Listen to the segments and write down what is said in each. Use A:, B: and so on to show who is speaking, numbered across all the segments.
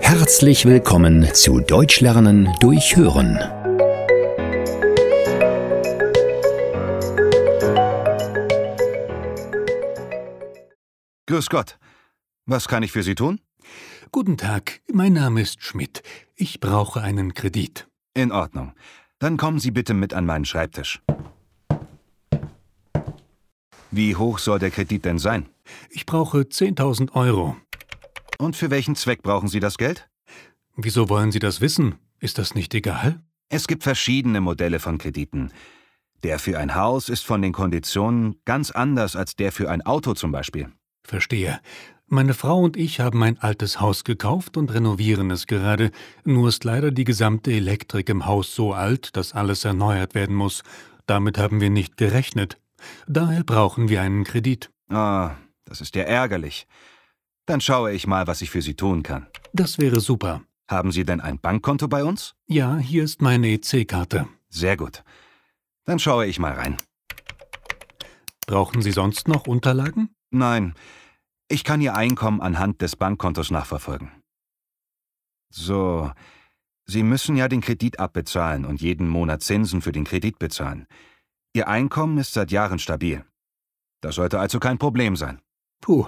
A: Herzlich willkommen zu Deutsch lernen durch Hören.
B: Grüß Gott. Was kann ich für Sie tun?
C: Guten Tag, mein Name ist Schmidt. Ich brauche einen Kredit.
B: In Ordnung. Dann kommen Sie bitte mit an meinen Schreibtisch. Wie hoch soll der Kredit denn sein?
C: Ich brauche 10.000 Euro.
B: Und für welchen Zweck brauchen Sie das Geld?
C: Wieso wollen Sie das wissen? Ist das nicht egal?
B: Es gibt verschiedene Modelle von Krediten. Der für ein Haus ist von den Konditionen ganz anders als der für ein Auto zum Beispiel.
C: Verstehe. Meine Frau und ich haben ein altes Haus gekauft und renovieren es gerade, nur ist leider die gesamte Elektrik im Haus so alt, dass alles erneuert werden muss. Damit haben wir nicht gerechnet. Daher brauchen wir einen Kredit.
B: Ah, das ist ja ärgerlich. Dann schaue ich mal, was ich für Sie tun kann.
C: Das wäre super.
B: Haben Sie denn ein Bankkonto bei uns?
C: Ja, hier ist meine E EC-Karte.
B: Sehr gut. Dann schaue ich mal rein.
C: Brauchen Sie sonst noch Unterlagen?
B: Nein, ich kann Ihr Einkommen anhand des Bankkontos nachverfolgen. So, Sie müssen ja den Kredit abbezahlen und jeden Monat Zinsen für den Kredit bezahlen. Ihr Einkommen ist seit Jahren stabil. Das sollte also kein Problem sein.
C: Puh,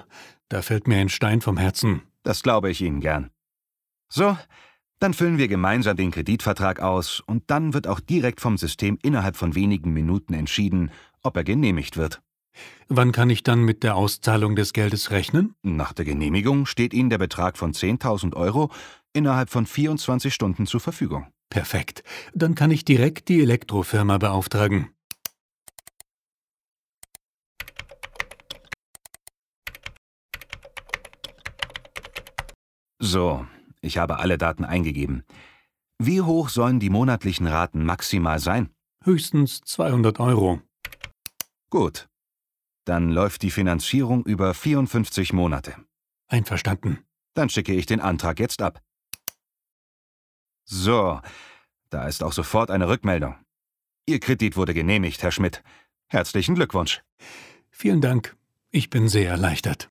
C: da fällt mir ein Stein vom Herzen.
B: Das glaube ich Ihnen gern. So, dann füllen wir gemeinsam den Kreditvertrag aus und dann wird auch direkt vom System innerhalb von wenigen Minuten entschieden, ob er genehmigt wird.
C: Wann kann ich dann mit der Auszahlung des Geldes rechnen?
B: Nach der Genehmigung steht Ihnen der Betrag von 10.000 Euro innerhalb von 24 Stunden zur Verfügung.
C: Perfekt. Dann kann ich direkt die Elektrofirma beauftragen.
B: So, ich habe alle Daten eingegeben. Wie hoch sollen die monatlichen Raten maximal sein?
C: Höchstens 200 Euro.
B: Gut. Dann läuft die Finanzierung über 54 Monate.
C: Einverstanden.
B: Dann schicke ich den Antrag jetzt ab. So, da ist auch sofort eine Rückmeldung. Ihr Kredit wurde genehmigt, Herr Schmidt. Herzlichen Glückwunsch.
C: Vielen Dank. Ich bin sehr erleichtert.